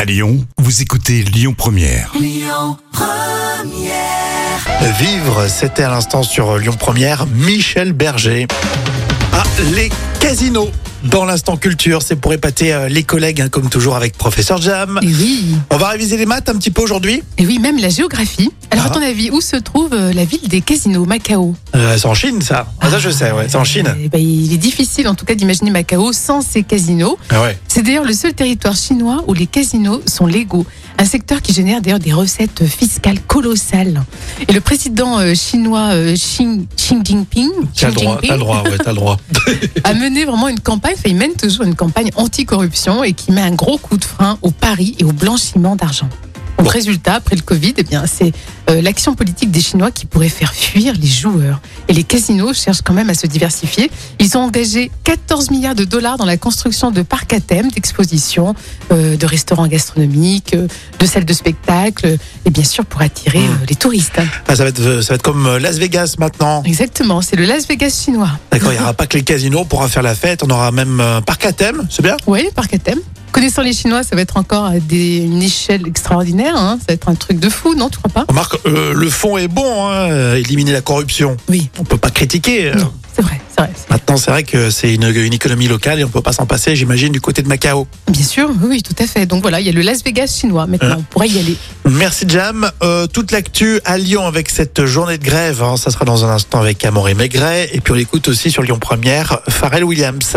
À Lyon, vous écoutez Lyon Première. Vivre, c'était à l'instant sur Lyon Première, Michel Berger. Ah, les casinos dans l'instant culture, c'est pour épater euh, les collègues, hein, comme toujours avec Professeur Jam. Et oui, On va réviser les maths un petit peu aujourd'hui. et oui, même la géographie. Alors, Ah. à ton avis, où se trouve euh, la ville des casinos, Macao Euh, c'est en Chine, ça. Ah, ça, je sais, ouais, c'est en Chine. Eh ben, Il est difficile, en tout cas, d'imaginer Macao sans ces casinos. Ah ouais. C'est d'ailleurs le seul territoire chinois où les casinos sont légaux. Un secteur qui génère d'ailleurs des recettes fiscales colossales. Et le président euh, chinois euh, Xi, Xi Jinping, T'as le Xi droit, Jinping t'as le droit, ouais, t'as le droit. a mené vraiment une campagne, enfin, il mène toujours une campagne anticorruption et qui met un gros coup de frein au pari et au blanchiment d'argent. Donc, Bon. résultat, après le Covid, eh bien, c'est euh, l'action politique des Chinois qui pourrait faire fuir les joueurs. Et les casinos cherchent quand même à se diversifier. Ils ont engagé 14 milliards de dollars dans la construction de parcs à thème, d'expositions, euh, de restaurants gastronomiques, euh, de salles de spectacle, et bien sûr pour attirer Mmh. euh, les touristes. hein. Ah, ça, va être, euh, ça va être comme euh, Las Vegas maintenant. Exactement, c'est le Las Vegas chinois. D'accord, il n'y aura pas que les casinos, on pourra faire la fête, on aura même euh, un parc à thème, c'est bien Oui, parc à thème. Connaissant les Chinois, ça va être encore à des, une échelle extraordinaire. hein. Ça va être un truc de fou, non Tu crois pas Remarque, euh, le fond est bon, hein, euh, éliminer la corruption. Oui. On peut pas critiquer. euh. Non, c'est vrai, c'est vrai. Maintenant, c'est vrai que c'est une, une économie locale et on peut pas s'en passer, j'imagine, du côté de Macao. Bien sûr, oui, oui, tout à fait. Donc voilà, il y a le Las Vegas chinois. Maintenant, on pourrait y aller. Merci Jam. Euh, toute l'actu à Lyon avec cette journée de grève, hein, ça sera dans un instant avec Amaury Maigret. Et puis on l'écoute aussi sur Lyon Première, Pharrell Williams.